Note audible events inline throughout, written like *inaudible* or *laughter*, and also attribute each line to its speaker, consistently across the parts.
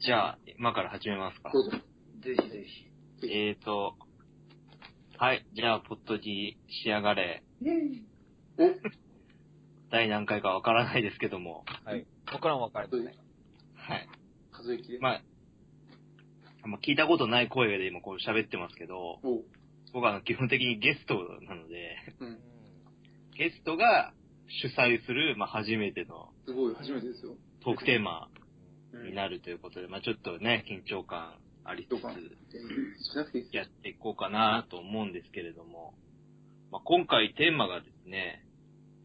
Speaker 1: じゃあ、今から始めますか
Speaker 2: ど。うぞ。
Speaker 3: ぜひぜひ。
Speaker 1: えーと、はい、じゃあ、ポッドに仕上がれ、第何回かわからないですけども、
Speaker 4: はい。僕らも分かれてない。
Speaker 1: はい。
Speaker 2: 数えきれ。
Speaker 1: まあ、あんま聞いたことない声で今こう喋ってますけど、
Speaker 2: おう。
Speaker 1: 僕はあの基本的にゲストなので、
Speaker 2: うん。
Speaker 1: ゲストが主催する、まあ、初めての
Speaker 2: すごい、初めてですよ。
Speaker 1: トークテーマ
Speaker 2: うん
Speaker 1: になるということで、まあ、ちょっとね、緊張感ありつ
Speaker 2: 緊張感
Speaker 1: つ、
Speaker 2: えーしなくていいですよ。
Speaker 1: やっていこうかなと思うんですけれども、まあ、今回テーマがですね、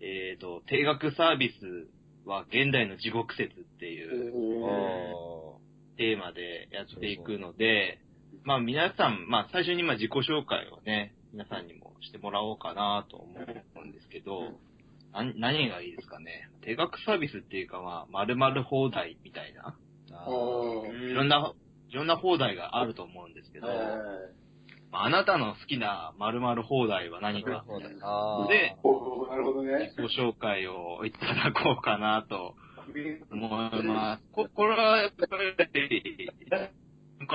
Speaker 1: えっ、と、定額サービスは現代の地獄説っていう
Speaker 2: おー。
Speaker 4: お
Speaker 1: テーマでやっていくので、まあ皆さん、まあ最初にまあ自己紹介をね、皆さんにもしてもらおうかなと思うんですけど、な何がいいですかね定額サービスっていうかまあ、〇〇放題みたいな、
Speaker 4: ーあ
Speaker 2: あ
Speaker 4: ー
Speaker 2: ー。
Speaker 1: いろんな、いろんな放題があると思うんですけど、
Speaker 2: え
Speaker 1: まああなたの好きな〇〇放題は何か、
Speaker 4: そうだよな
Speaker 1: で
Speaker 2: ーおー、なるほどね。
Speaker 1: ご紹介をいただこうかなと思います。ここれはやっぱり、か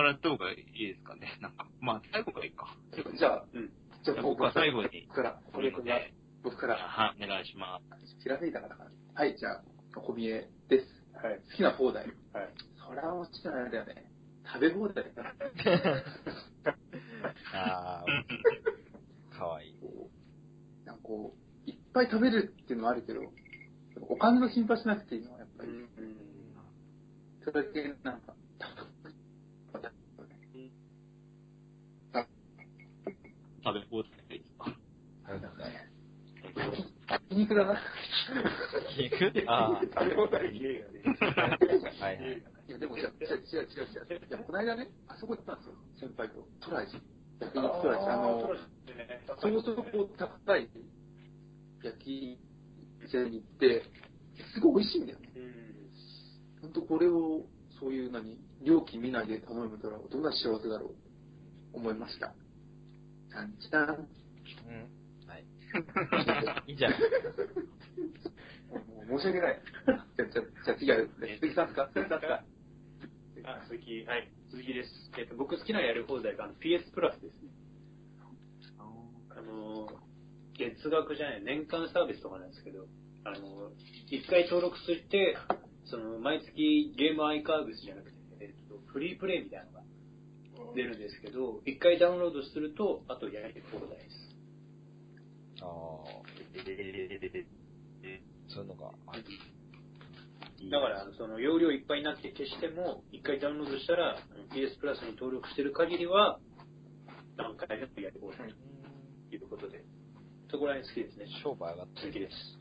Speaker 1: らやった方がいいですかね。なんか、まあ、最後がいいか。
Speaker 2: じゃあ、うん。じゃあ、
Speaker 1: 僕は最後に、
Speaker 2: 僕から、
Speaker 1: こ
Speaker 2: 小
Speaker 1: れ
Speaker 2: 宮
Speaker 1: の
Speaker 2: 君が
Speaker 1: で、
Speaker 2: 僕から、
Speaker 1: はい、お願いします。
Speaker 2: ひらめいたからかな。はい、じゃあ、小宮です。
Speaker 3: はい。
Speaker 2: 好きな放題。
Speaker 3: はい。
Speaker 2: そりゃ落ちてないんだよね。食べ放題だな。
Speaker 4: あーかわいい。
Speaker 2: こうなんかこう、いっぱい食べるっていうのもあるけど、お金の心配しなくていいのはやっぱり、それだけなんか、
Speaker 1: 食べ放題ですか。
Speaker 2: 筋肉だな。
Speaker 4: 聞くあ
Speaker 3: 食べ放題綺麗やね。
Speaker 4: あ、はいはい。
Speaker 2: いや、でも違う、違う、違う、違う、違う。いや、この間ね、あそこ行ったんですよ、先輩と。トライジ。焼肉トライジ。あの、相当こう、高い焼き屋に行って、すごい美味しいんだよね。ほんとこれを、そういう何、料金見ないで頼むたら、どんな幸せだろう、思いました。じゃんじゃん。
Speaker 4: うん。はい。いいじゃん。
Speaker 2: もう申し訳 *laughs* ない。じゃ、じゃ、じゃあ次は、鈴木さんですか鈴木さんですか
Speaker 3: あ、鈴木、はい、鈴木です。えっと、僕好きなやる放題があの PS プラスですね。あのー、月額じゃない、年間サービスとかなんですけど、あのー、一回登録して、その、毎月ゲームアイカーブスじゃなくて、えっと、フリープレイみたいなのが出るんですけど、一回ダウンロードすると、あとやり放題です。
Speaker 4: ああ、そういうのがある。
Speaker 3: だから、その容量いっぱいになって消しても、一回ダウンロードしたら、あの PS プラスに登録してる限りは、何回でもやり放題ということで、そこら辺好きですね。
Speaker 4: 商売上がって
Speaker 3: 鈴
Speaker 4: る。
Speaker 3: 木です。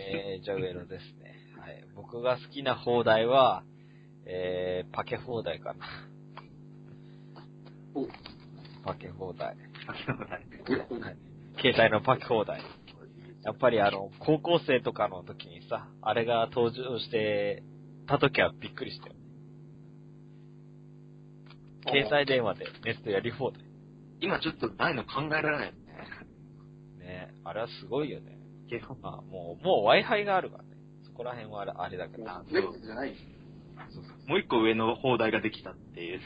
Speaker 4: えー、じゃあ上野ですね。はい。僕が好きな放題は、えー、パケ放題かな。
Speaker 2: お
Speaker 4: パケ放題。
Speaker 2: うん
Speaker 4: 携帯のパケ放題。やっぱりあの、高校生とかの時にさ、あれが登場してた時はびっくりしたよ。携帯電話でネットやり放題。
Speaker 1: 今ちょっとないの考えられない。
Speaker 4: ねあれはすごいよね。まあ、もう、もう Wi-Fi があるからね。そこら辺はあれあれだけど。
Speaker 2: あ、ネットじゃない。
Speaker 4: そうそう
Speaker 1: もう一個上の放題ができたっていう。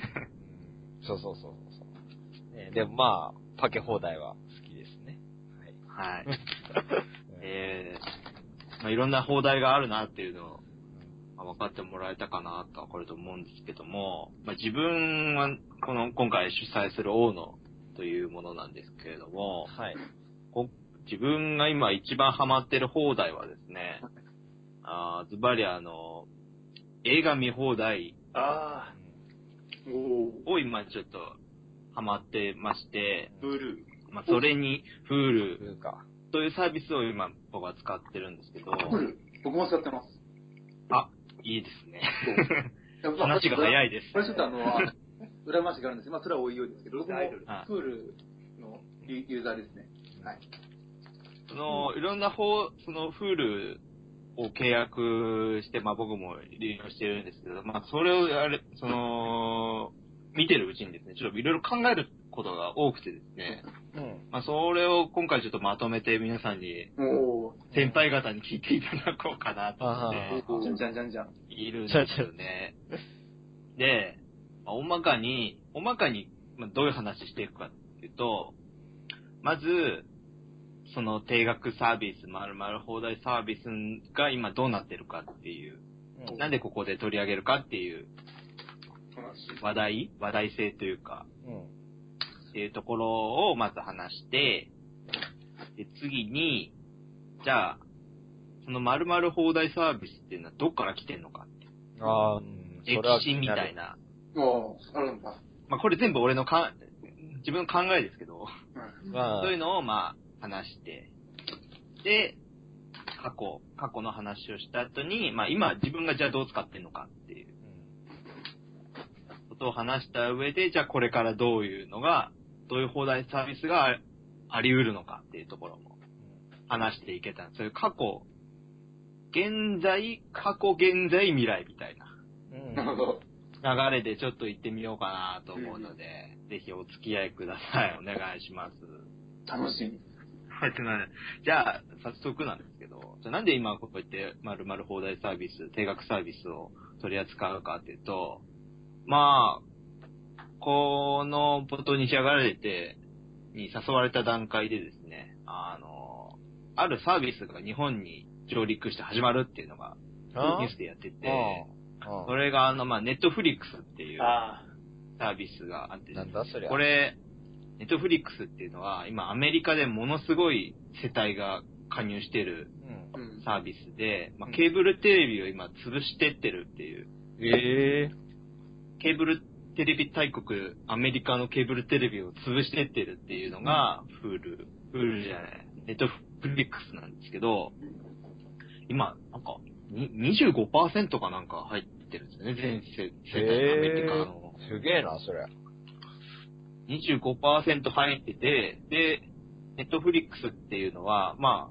Speaker 4: そうそうそうそう。ね、でもまあ、パケ放題は好きですね。はい。
Speaker 1: はい。えー、まあいろんな放題があるなっていうのを、まあ分かってもらえたかなとはこれと思うんですけども、まあ自分は、この、今回主催する大野というものなんですけれども、
Speaker 4: はい。
Speaker 1: こ自分が今一番ハマってる放題はですね、あーズバリあの、映画見放題
Speaker 3: あ
Speaker 2: お
Speaker 1: を今ちょっとハマってまして、
Speaker 3: ー、ブル
Speaker 1: まあそれに Hulu
Speaker 4: というか、
Speaker 1: というサービスを今僕は使ってるんですけど、
Speaker 2: ー。ル僕も使ってます。
Speaker 1: いいですね。
Speaker 2: やっぱ
Speaker 1: 話が早
Speaker 2: い。
Speaker 1: いです。
Speaker 2: これちょっとあの、 *laughs* 裏回しがあるんですけど、まあそれはおいおいですけど、僕も
Speaker 3: アイドル
Speaker 2: プールのユユーザーですね。はい。
Speaker 1: その、いろんな方、その、フールを契約して、まあ僕も利用してるんですけど、まあそれをやる、その、見てるうちにですね、ちょっといろいろ考えることが多くてですね、
Speaker 4: うん。
Speaker 1: まあ、それを今回ちょっとまとめて皆さんに、
Speaker 2: おー。
Speaker 1: 先輩方に聞いていただこうかなと思って。
Speaker 4: あ
Speaker 2: じゃんじゃんじゃんじゃん。
Speaker 1: いるんですよ
Speaker 4: *laughs*
Speaker 1: ね。で、まあ、大まかに、大まかに、まあ、どういう話していくかっていうと、まず、その定額サービス、まるまる放題サービスが今どうなってるかっていう、
Speaker 4: うん
Speaker 1: なんでここで取り上げるかっていう
Speaker 2: 話。
Speaker 1: 話題話題性というか、
Speaker 4: うん。
Speaker 1: っていうところをまず話して、で、次に、じゃあ、そのまるまる放題サービスっていうのはどっから来てんのかって。
Speaker 4: ああ、うん。
Speaker 1: 歴
Speaker 4: 気
Speaker 1: 史
Speaker 4: に
Speaker 1: み
Speaker 4: な
Speaker 1: た
Speaker 4: る
Speaker 1: い。な
Speaker 2: おー、あるんだ。
Speaker 1: まあ、これ全部俺のか、自分の考えですけど、
Speaker 2: うん。
Speaker 4: まあ、
Speaker 1: そういうのをまあ、話して、で、過去、過去の話をした後に、まあ今自分がじゃあどう使ってんのかっていう
Speaker 4: うん
Speaker 1: ことを話した上で、じゃあこれからどういうのが、どういう放題サービスがああり得るのかっていうところも話していけた。そういう過去、現在、過去、現在、未来みたいな。
Speaker 4: うん。う
Speaker 2: なるほ
Speaker 4: ん。
Speaker 2: ど。
Speaker 1: 流れでちょっと行ってみようかなと思うので、ぜひお付き合いください。お願いします。
Speaker 2: 楽しみ。
Speaker 1: はい、というのでじゃあ、早速なんですけど、じゃあなんで今こうやって丸々放題サービス、定額サービスを取り扱うかっていうと、まあ、このポトに仕上がられて、に誘われた段階でですね、あの、あるサービスが日本に上陸して始まるっていうのが、
Speaker 4: あ
Speaker 1: ニュースでやってて、
Speaker 4: あ
Speaker 1: それがあの、まあ、ネットフリックスっていう
Speaker 3: あ
Speaker 1: サービスがあってですね
Speaker 4: なんだそりゃ。
Speaker 1: これ、ネットフリックスっていうのは、今アメリカでものすごい世帯が加入してる
Speaker 4: うん。
Speaker 2: うん。
Speaker 1: サービスで、まあ、
Speaker 4: うん
Speaker 1: ケーブルテレビを今潰してってるっていう、
Speaker 4: ええ
Speaker 1: ケーブルテレビ大国、アメリカのケーブルテレビを潰してってるっていうのが、フール、フールじゃない、ネットフリックスなんですけど、今、なんか、に25%かなんか入ってるんですよね、全世世帯アメリカの。
Speaker 4: すげえな、それ。
Speaker 1: 25%入ってて、で、ネットフリックスっていうのは、まあ、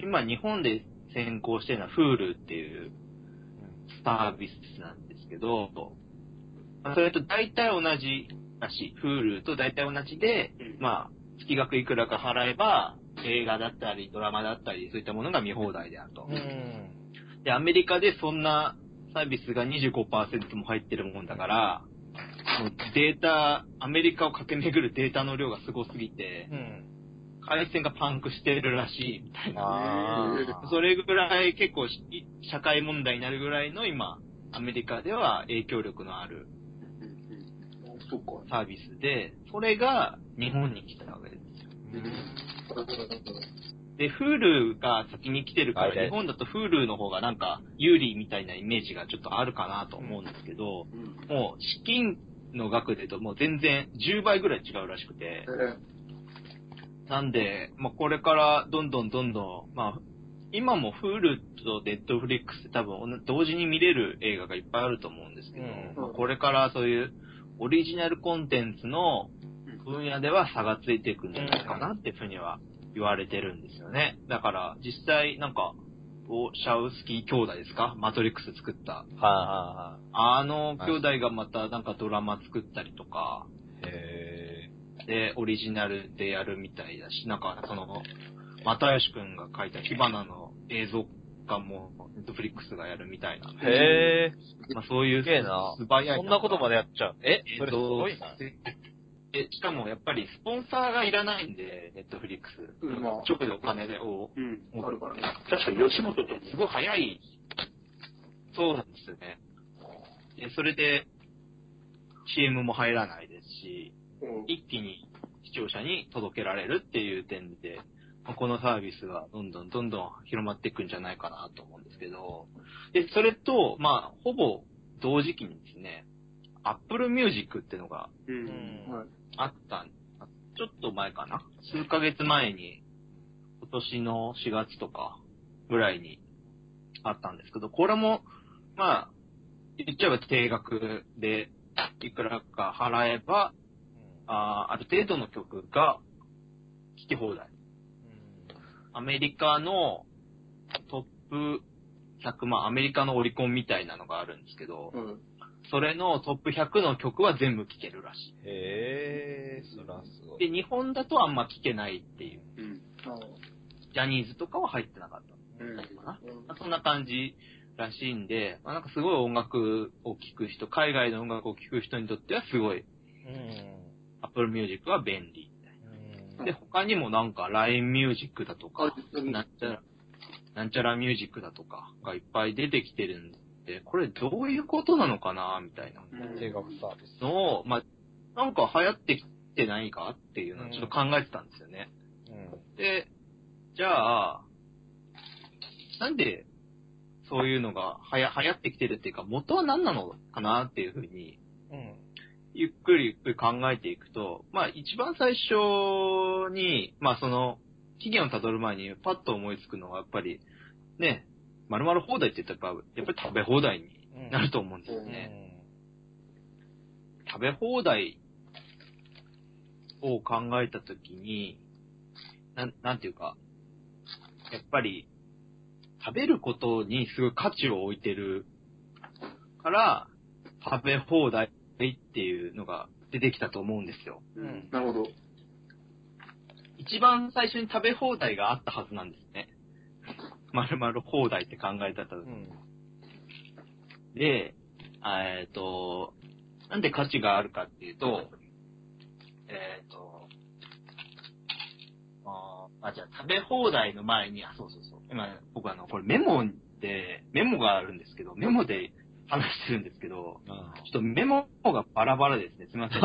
Speaker 1: 今日本で先行してるのは Hulu っていうサービスなんですけど、まあそれと大体同じらしい。Hulu と大体同じで、
Speaker 3: うん
Speaker 1: まあ、月額いくらか払えば、映画だったり、ドラマだったり、そういったものが見放題であると。
Speaker 4: ん。
Speaker 1: で、アメリカでそんなサービスが25%も入ってるもんだから、もうデータ、アメリカを駆け巡るデータの量がすごすぎて、
Speaker 4: うん。
Speaker 1: 回線がパンクしてるらしいみたいな。
Speaker 4: ああ。
Speaker 1: それぐらい結構し社会問題になるぐらいの今、アメリカでは影響力のある
Speaker 2: そっか。
Speaker 1: サービスで、それが日本に来たわけですよ。で、Hulu が先に来てるか
Speaker 4: はいは
Speaker 1: ら、
Speaker 4: い
Speaker 1: 日本だと Hulu の方がなんか有利みたいなイメージがちょっとあるかなと思うんですけど、
Speaker 2: うん。
Speaker 1: もう資金の額で言うともう全然10倍ぐらい違うらしくて
Speaker 2: え、ー
Speaker 1: なんで、まあ、これからどんどんどんどん、まあ、今も Hulu と Netflix って多分同時に見れる映画がいっぱいあると思うんですけど、
Speaker 4: うん
Speaker 1: まあ、これからそういうオリジナルコンテンツの分野では差がついていくんじゃないかなっていうふうには言われてるんですよね。だから実際なんか、ウォシャウスキー兄弟ですかマトリックス作った。
Speaker 4: は
Speaker 1: あの兄弟がまたなんかドラマ作ったりとか、
Speaker 4: いはいはい。へえ。
Speaker 1: で、オリジナルでやるみたいだし、なんかその、又吉くんが書いた火花の映像化も、ネットフリックスがやるみたいな。
Speaker 4: へえ。
Speaker 1: まあそういう、
Speaker 4: すげえな
Speaker 1: 素早い。
Speaker 4: そんなことまでやっちゃう。え
Speaker 1: 映
Speaker 4: それす
Speaker 1: 像
Speaker 4: ごいな。
Speaker 1: で、しかもやっぱりスポンサーがいらないんで、ネットフリックス。
Speaker 2: うんまあ
Speaker 1: 直でお金で、お
Speaker 3: うん。
Speaker 2: あるからね。
Speaker 3: 確かに吉本とも
Speaker 1: すごい早い。そうなんですよね。で、それで、CM も入らないですし、
Speaker 2: うん
Speaker 1: 一気に視聴者に届けられるっていう点で、まあこのサービスがどんどんどんどん広まっていくんじゃないかなと思うんですけど、で、それと、まあ、ほぼ同時期にですね、Apple Music っていうのが
Speaker 3: う。
Speaker 4: うんん。
Speaker 1: あった、あちょっと前かな数ヶ月前に、今年の4月とかぐらいにあったんですけど、これも、まあ、言っちゃえば定額で、いくらか払えば、あーある程度の曲が聴き放題。アメリカのトップ100、まあアメリカのオリコンみたいなのがあるんですけど、
Speaker 2: うん。
Speaker 1: それのトップ100の曲は全部聴けるらし
Speaker 4: へえ、そらすご
Speaker 1: い。
Speaker 4: い。
Speaker 1: で、日本だとあんま聴けないっていう。
Speaker 3: うん。
Speaker 1: ジャニーズとかは入ってなかった。かなまあそんな感じらしいんで、まあ、なんかすごい音楽を聴く人、海外の音楽を聴く人にとってはすごい、
Speaker 4: うん。
Speaker 1: Apple Music は便利。
Speaker 4: うん
Speaker 1: で、他にもなんか LINE Music だとか、
Speaker 2: うん
Speaker 1: なんちゃら、なんちゃら Music だとかがいっぱい出てきてるんで、これどういうことなのかな、みたいな
Speaker 3: うん
Speaker 4: 定額サービス。
Speaker 1: のを、まあ、なんか流行ってきてないかっていうのをちょっと考えてたんですよね。
Speaker 4: うん。
Speaker 1: で、じゃあ、なんで、そういうのがはや流行ってきてるっていうか、元は何なのかなっていうふうに、
Speaker 4: うん。
Speaker 1: ゆっくりゆっくり考えていくと、まあ一番最初に、まあその、期限をたどる前にパッと思いつくのはやっぱり、ね、まる放題って言ったらやっぱ、やっぱり食べ放題に
Speaker 4: うん
Speaker 1: なると思うんですよ
Speaker 4: う
Speaker 1: ね。
Speaker 4: ん。
Speaker 1: 食べ放題を考えたときに、なん、なんていうか、やっぱり、食べることにすごい価値を置いてるから、食べ放題っていうのが出てきたと思うんですよ。
Speaker 3: うん。
Speaker 2: なるほど。
Speaker 1: 一番最初に食べ放題があったはずなんですね。 *laughs* まるまる放題って考えたと
Speaker 4: うん。
Speaker 1: で、あえっ、と、なんで価値があるかっていうと、えっ、と、あー、あじゃあ食べ放題の前に、あ、そうそうそう。今、僕あの、これメモで、メモがあるんですけど、メモで話してるんですけど、
Speaker 4: あ
Speaker 1: ちょっとメモがバラバラですね。すみませ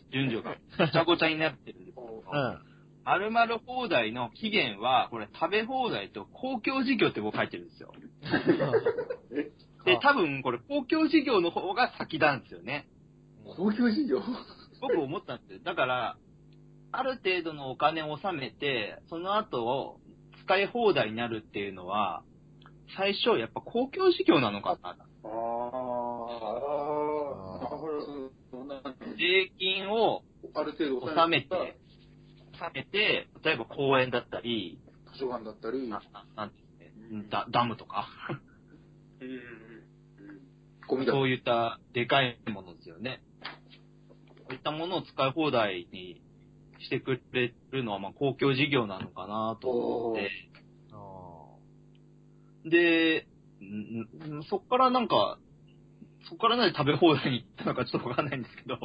Speaker 1: ん。順序がごちゃごちゃになってるんですけど、
Speaker 4: あ。
Speaker 1: まるまる放題の期限は、これ食べ放題と公共事業って僕書いてるんですよ。で、多分これ公共事業の方が先なんですよね。
Speaker 2: 高級市場
Speaker 1: 僕思ったんですよ。だから、ある程度のお金を納めて、その後を使い放題になるっていうのは、最初やっぱ公共事業なのかな。
Speaker 3: あ
Speaker 4: あー
Speaker 3: あなるほど。
Speaker 2: *laughs* そんな
Speaker 1: 税金を
Speaker 2: ある程度
Speaker 1: 納めて、納めて、例えば公園だったり、
Speaker 2: 図書館だったり、
Speaker 1: なななんていうんですかねダダムとか、
Speaker 3: うんうん
Speaker 2: ゴミだ
Speaker 1: そういったでかいものですよね。こういったものを使い放題にしてくれるのは、まあ、公共事業なのかなと思って、で、んんそっからなんか、そっからなぜ食べ放題に行ったのかちょっとわかんないんですけど、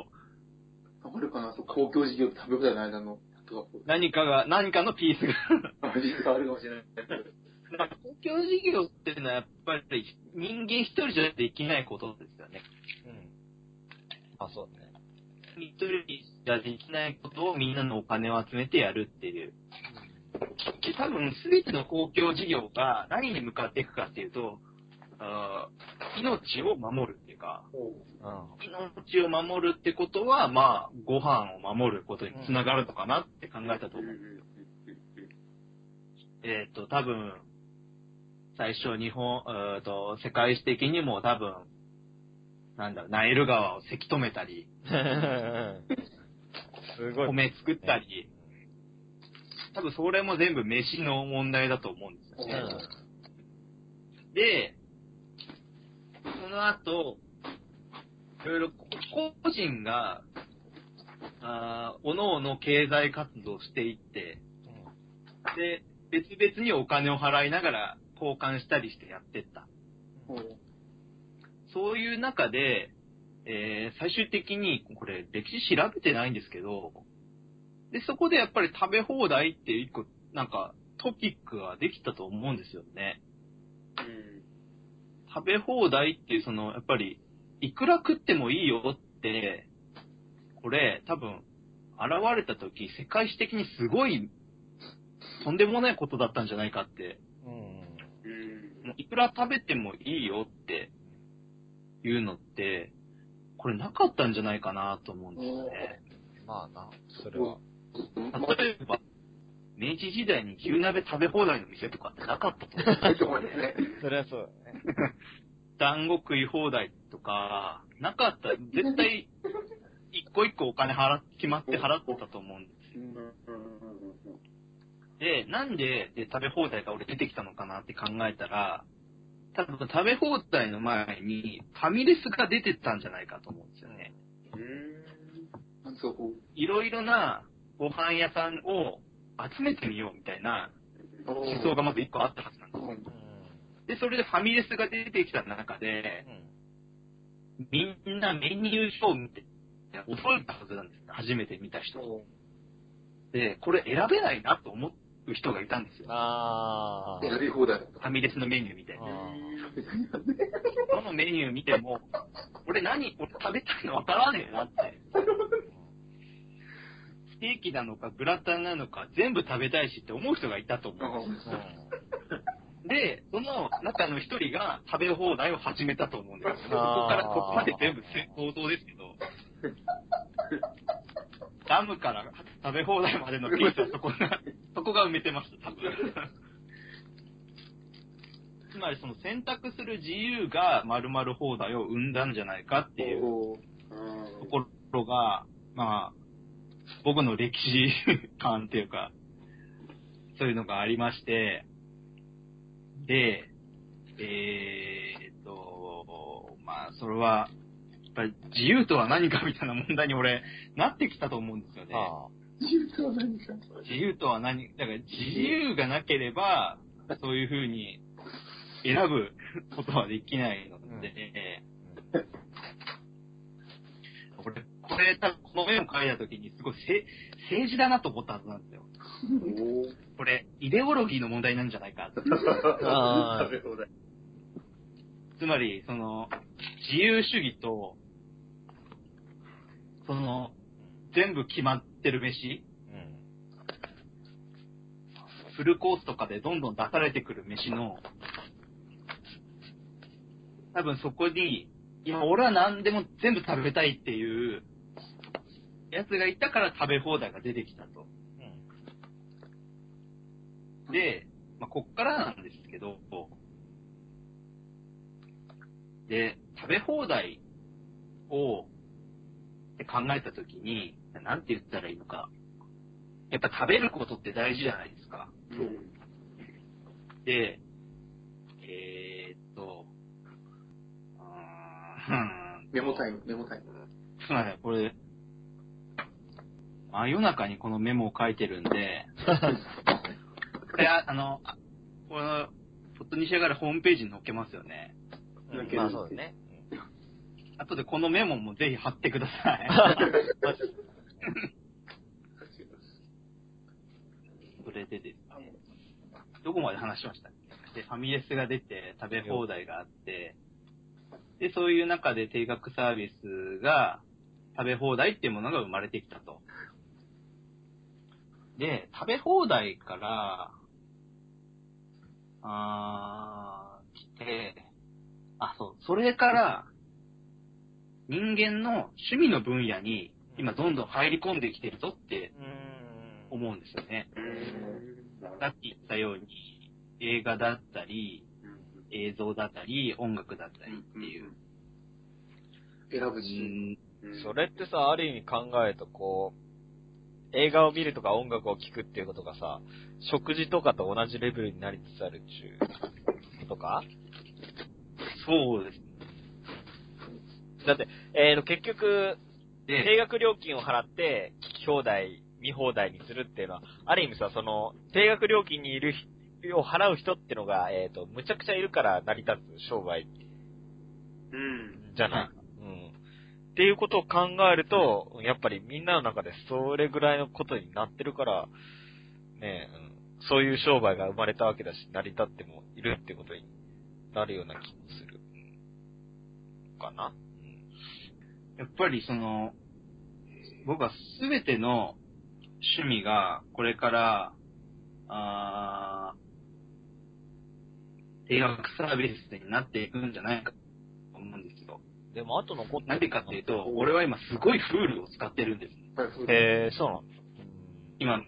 Speaker 2: あるかな、そう公共事業と食べ放題の間の、とか、
Speaker 1: 何かが、何かのピースが。
Speaker 2: あ理由があるかもしれない。
Speaker 1: なんか公共事業っていうのはやっぱり人間一人じゃなくてできないことですよね。
Speaker 4: あ、そうね。
Speaker 1: 一人じゃできないことをみんなのお金を集めてやるっていう。で多分、すべての公共事業が何に向かっていくかっていうと、あー命を守るっていうか、
Speaker 4: うん。
Speaker 1: 命を守るってことは、まあ、ご飯を守ることにつながるのかなって考えたと
Speaker 3: うん
Speaker 1: 思う。
Speaker 3: う
Speaker 1: えっ、と、多分、最初日本、えー、と世界史的にも多分、なんだろう、ナイル川をせき止めたり、
Speaker 4: *laughs* すごい。
Speaker 1: 米作ったり、多分それも全部飯の問題だと思うんですよね。で、その後、いろいろ個人が、あー各々経済活動をしていって、で、別々にお金を払いながら交換したりしてやってった。そういう中で、えー最終的に、これ歴史調べてないんですけど、で、そこでやっぱり食べ放題っていう一個、なんかトピックができたと思うんですよね。
Speaker 3: ん
Speaker 1: 食べ放題っていうその、やっぱり、いくら食ってもいいよって、これ多分、現れた時、世界史的にすごい、とんでもないことだったんじゃないかって
Speaker 4: うん。
Speaker 3: うん
Speaker 1: もういくら食べてもいいよっていうのって、これなかったんじゃないかなと思うんですよね。
Speaker 4: まあな、それは。
Speaker 1: 例えば、明治時代に牛鍋食べ放題の店とかってなかったと思う。 *laughs*
Speaker 2: 入ってこないですね。
Speaker 4: それはそうだね。
Speaker 1: 団子食い放題とか、なかった。絶対、一個一個お金払っ、決まって払ってたと思うんで
Speaker 3: うん
Speaker 1: で、なんでで食べ放題が俺出てきたのかなって考えたら、多分食べ放題の前に、ファミレスが出てたんじゃないかと思うんですよね。
Speaker 2: なんですか、こ
Speaker 1: いろいろなご飯屋さんを集めてみようみたいな
Speaker 2: う。
Speaker 1: 思想がまず一個あったはずなんですよ。
Speaker 2: うん
Speaker 1: で、それでファミレスが出てきた中で、みんなメニュー表を見て、覚えたはずなんですよ。初めて見た人。で、これ選べないなと思う人がいたんですよ。
Speaker 4: あ
Speaker 2: 選び放題だっ
Speaker 1: ファミレスのメニューみたいな。
Speaker 4: ー。
Speaker 1: どのメニュー見ても、俺何、俺食べたいのわからねえなって。ステーキなのか、グラタンなのか、全部食べたいしって思う人がいたと思
Speaker 2: た。
Speaker 1: う
Speaker 2: あ
Speaker 1: んですよ。で、その中の一人が食べ放題を始めたと思うんですよ。そこ
Speaker 4: あー
Speaker 1: から、ここまで全部想像ですけど。ダムから食べ放題までのピースは *laughs* そこが、そこが埋めてました、多分。つまりその選択する自由が〇〇放題を生んだんじゃないかっていう
Speaker 2: おー
Speaker 1: ところが、まあ、僕の歴史 *laughs* 感っていうか、そういうのがありまして、で、えーっと、まあ、それは、やっぱり自由とは何かみたいな問題に俺、なってきたと思うんですよね。
Speaker 4: あ
Speaker 2: 自由とは何か。
Speaker 1: 自由とは何だから自由がなければ、そういう風に選ぶことはできないので、俺、これ、多分この絵を描いた時にすごいせ政治だなと思ったはずなんですよ。これ、イデオロギーの問題なんじゃないかって。
Speaker 4: あー
Speaker 3: 食べ放題。
Speaker 1: つまり、その、自由主義と、その、全部決まってる飯、
Speaker 4: うん。
Speaker 1: フルコースとかでどんどん出されてくる飯の、多分そこに、今俺は何でも全部食べたいっていう、やつがいたから食べ放題が出てきたと。
Speaker 4: うん。
Speaker 1: で、まあ、こっからなんですけど、で、食べ放題をって考えたときに、なんて言ったらいいのか。やっぱ食べることって大事じゃないですか。で、えー、っと、うーん
Speaker 2: メモタイム、メモタイム。
Speaker 1: すいません、これ、真夜中にこのメモを書いてるんで、これ、ああの、あこの、ポットにしやがるホームページに載っけますよね。
Speaker 4: うんまあそうですね。
Speaker 1: 後でこのメモもぜひ貼ってください。それでですね、どこまで話しましたっけで、ファミレスが出て、食べ放題があって、で、そういう中で定額サービスが、食べ放題っていうものが生まれてきたと。で、食べ放題から、あー、来て、あ、そう、それから、人間の趣味の分野に、今どんどん入り込んできてるぞって
Speaker 4: うん。
Speaker 1: 思うんですよね。
Speaker 3: うん
Speaker 1: さっき言ったように、映画だったり、映像だったり、音楽だったりっていう。
Speaker 2: 選ぶ
Speaker 1: うん、
Speaker 2: し。
Speaker 4: それってさ、ある意味考えるとこう、映画を見るとか音楽を聴くっていうことがさ、食事とかと同じレベルになりつつあるっちゅうことか
Speaker 1: そうです
Speaker 4: だって、えーと、結局、定
Speaker 1: ね。
Speaker 4: 額料金を払って、聞き放題、見放題にするっていうのは、ある意味さ、その、定額料金にいる人を払う人ってのが、えーと、むちゃくちゃいるから成り立つ商売
Speaker 3: うん。
Speaker 4: じゃない。
Speaker 1: はい
Speaker 4: うん。っていうことを考えると、やっぱりみんなの中でそれぐらいのことになってるから、ねえ、うん、そういう商売が生まれたわけだし、成り立ってもいるってことになるような気もする。うんかな、
Speaker 1: やっぱりその、僕はすべての趣味が、これから、あー定額サービスになっていくんじゃないかと思うんですよ。
Speaker 4: うん、でも、あと残って
Speaker 1: なんでかっていうと、俺は今すごいフールを使ってるんです。
Speaker 4: へえ、そうなんだ。
Speaker 1: 今、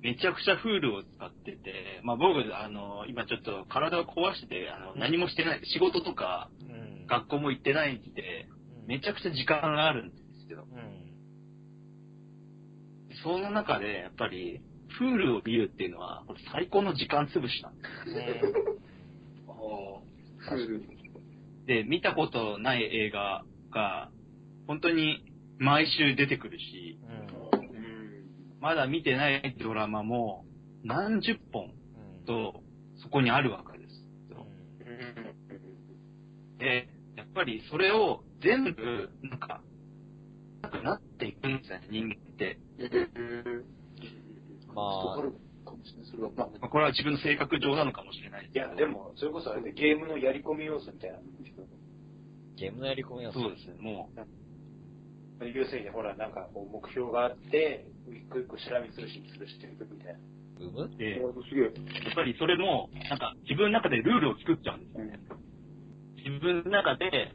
Speaker 1: めちゃくちゃフールを使ってて、まあ僕、あの、今ちょっと体を壊してて、あの、何もしてない、仕事とか、
Speaker 4: うん、
Speaker 1: 学校も行ってないんで、めちゃくちゃ時間があるんですけど、
Speaker 4: うん、
Speaker 1: その中で、やっぱり、フールを見るっていうのは、最高の時間潰しなんです
Speaker 4: うん
Speaker 1: よ。
Speaker 2: クール。
Speaker 1: で、見たことない映画が、本当に毎週出てくるし、
Speaker 4: う
Speaker 3: うん。
Speaker 1: まだ見てないドラマも何十本
Speaker 4: ん。
Speaker 1: とそこにあるわけです。
Speaker 4: うん
Speaker 1: で、やっぱりそれを全部、なんか、なくなっていくんですよね、人間って。
Speaker 4: まあ
Speaker 2: あるかもしれない。それは、まあ、
Speaker 1: まあこれは自分の性格上なのかもしれないです
Speaker 3: い
Speaker 1: けど
Speaker 3: や、で、も、それこそあれでゲームのやり込み要素みたいなのもあるけど。
Speaker 4: ゲームのやり込みは
Speaker 1: そうですね、も
Speaker 3: 要するに、ほら、なんか、こう、目標があって、一個一個しらみつぶしにつぶしていくみたいな。
Speaker 4: う。産む
Speaker 1: う。で、
Speaker 2: すげえ。
Speaker 1: やっぱりそれも、なんか自分の中でルールを作っちゃうんですよね。自分の中で、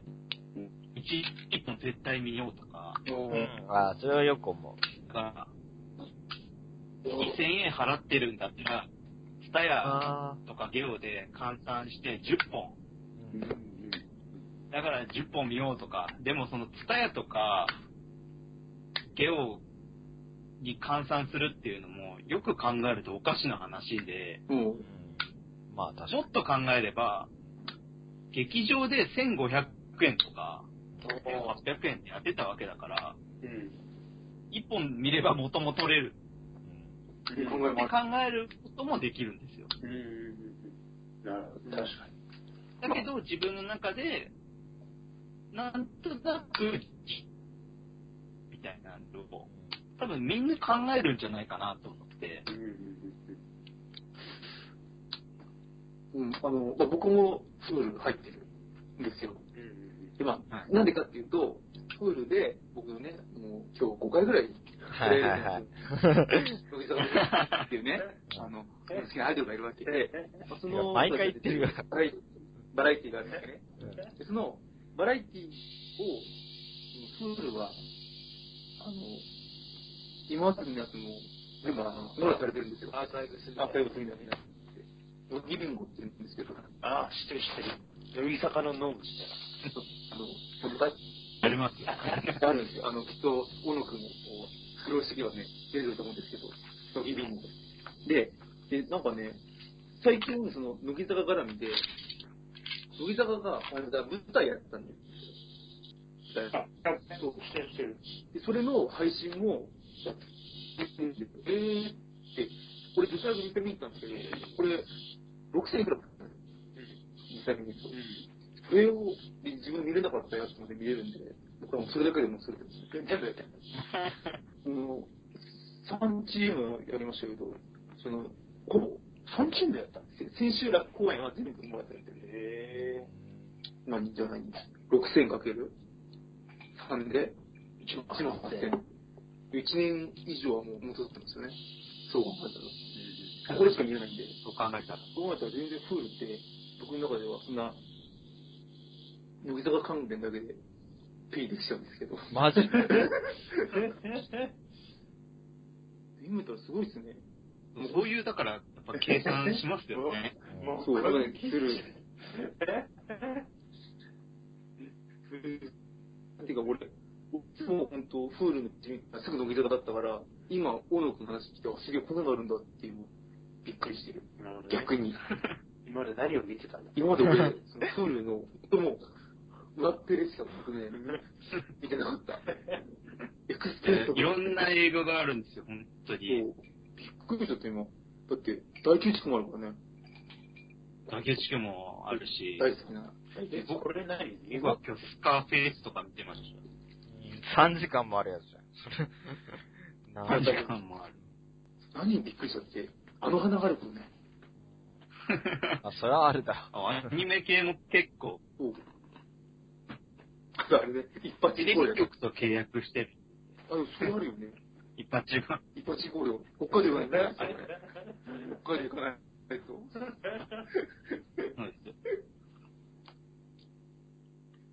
Speaker 1: 一一本絶対見ようとか、
Speaker 4: うん。ああ、それはよく思う。
Speaker 1: が、2000円払ってるんだったら、ツタヤ
Speaker 4: あ
Speaker 1: とかゲオで換算して10本。だから10本見ようとか、でもそのツタヤとか、ゲオに換算するっていうのも、よく考えるとおかしな話で、
Speaker 2: もう
Speaker 4: う。
Speaker 2: ん
Speaker 4: まあ、確か
Speaker 1: ちょっと考えれば、劇場で1500円とか、1800円でやってたわけだから、
Speaker 3: うん。
Speaker 1: 1本見れば元も取れる
Speaker 4: に。
Speaker 2: 考え
Speaker 1: って
Speaker 2: も
Speaker 1: 考
Speaker 2: あ
Speaker 1: えることもできるんですよ。
Speaker 3: うん。なるほど。確かに。
Speaker 1: だけど、自分の中で、なんとなく、みたいなのを、多分みんな考えるんじゃないかなと思って、
Speaker 2: うん、あの、まあ、僕もプール入ってるんですよ。で、まあ
Speaker 1: は、い
Speaker 2: なんでかっていうと、プールで、僕ね、もう今日5回ぐらい、
Speaker 4: はいはい
Speaker 2: *laughs*
Speaker 4: はい。
Speaker 2: 乃木坂の好きっていうね、あの、好きなアイドルがいるわけで、まあその、
Speaker 4: 毎回言ってるよ
Speaker 2: はい。バラエティがあるんですね。
Speaker 4: うん
Speaker 2: でその、バラエティを、プールは、あの、今までのやつも、全部あの、網羅されてるんですよ。
Speaker 3: アーカイブする。
Speaker 2: アーカイブするみたいな。乃木ビンゴって言うんですけど、
Speaker 3: ああ、知ってる知ってる。乃木坂のノーム
Speaker 2: *laughs* あの、バラエテ
Speaker 1: やりますよ。
Speaker 2: ィがあるんですよ。あの、きっと、小野くんも、こう、苦労してきはね、出てると思うんですけど、乃木ビンゴ。で、で、なんかね、最近、その、乃木坂絡みで、乃木坂が、あれだ、舞台やったんですよ。
Speaker 3: そう、知ってる知ってる。
Speaker 2: で、それの配信も、えーって、これ実際に見てみたんですけど、これ、6000いくらだったの実際に見ると。それを、で自分見れなかったやつまで見れるんで、僕はもうそれだけでもそれでも、全部やってもう、3チームやりましたけど、その、ほぼ、3チームでやったんですよ。千秋楽公演は全部もらってるんで、
Speaker 3: へ
Speaker 2: 何じゃないんです。6000かける3で、1万8000。1年以上はもう戻ってますよね。そう考えたら。これしか見えないんで。
Speaker 1: そう考えたら。
Speaker 2: そう考えたら全然フールって、僕の中ではそんな、乃木坂関連だけで、ピーできちゃうんですけど。
Speaker 4: マジ
Speaker 2: 今見たらすごいですね。
Speaker 1: そういう、だから、やっぱ計算しますよね。
Speaker 3: もう
Speaker 2: そう、だからね、フル。フル。てか俺、いつも本当、フールの地味すぐ乃木坂だったから、今、大野くんの話聞いて、あ、すげえ、こんなのあるんだっていう、びっくりしてる。逆に。
Speaker 3: 今まで何を見てたんだ
Speaker 2: 今まで俺、 *laughs* そのプールの、ともう、上っぺでしか僕ね、見てなか *laughs* った。エクステント
Speaker 1: いろんな映画があるんですよ、本当に。
Speaker 2: そうびっくりしちゃった今。だって、大宮地区もあるからね。
Speaker 1: 竹内家もあるし、
Speaker 2: 大好きな。
Speaker 3: え、これ何
Speaker 1: 僕は今日スカーフェイスとか見てました。
Speaker 4: ?3 時間もあるやつじゃん。それ。な
Speaker 1: 3
Speaker 4: ん
Speaker 1: 時
Speaker 4: だ
Speaker 1: 間もある。
Speaker 2: 何にびっくりしちゃって、あの花があるとね。 *laughs*
Speaker 4: あ、それはあるだ。
Speaker 1: あアニメ系も結構、
Speaker 2: そう。あれね、一発
Speaker 1: テレ
Speaker 2: ゴール
Speaker 1: ビ
Speaker 2: やね。
Speaker 1: 局と契約してる。
Speaker 2: あ、でもそれあるよね。
Speaker 1: 一発中間。
Speaker 2: 一発ゴール。北海道行かないと。北海道行かないと。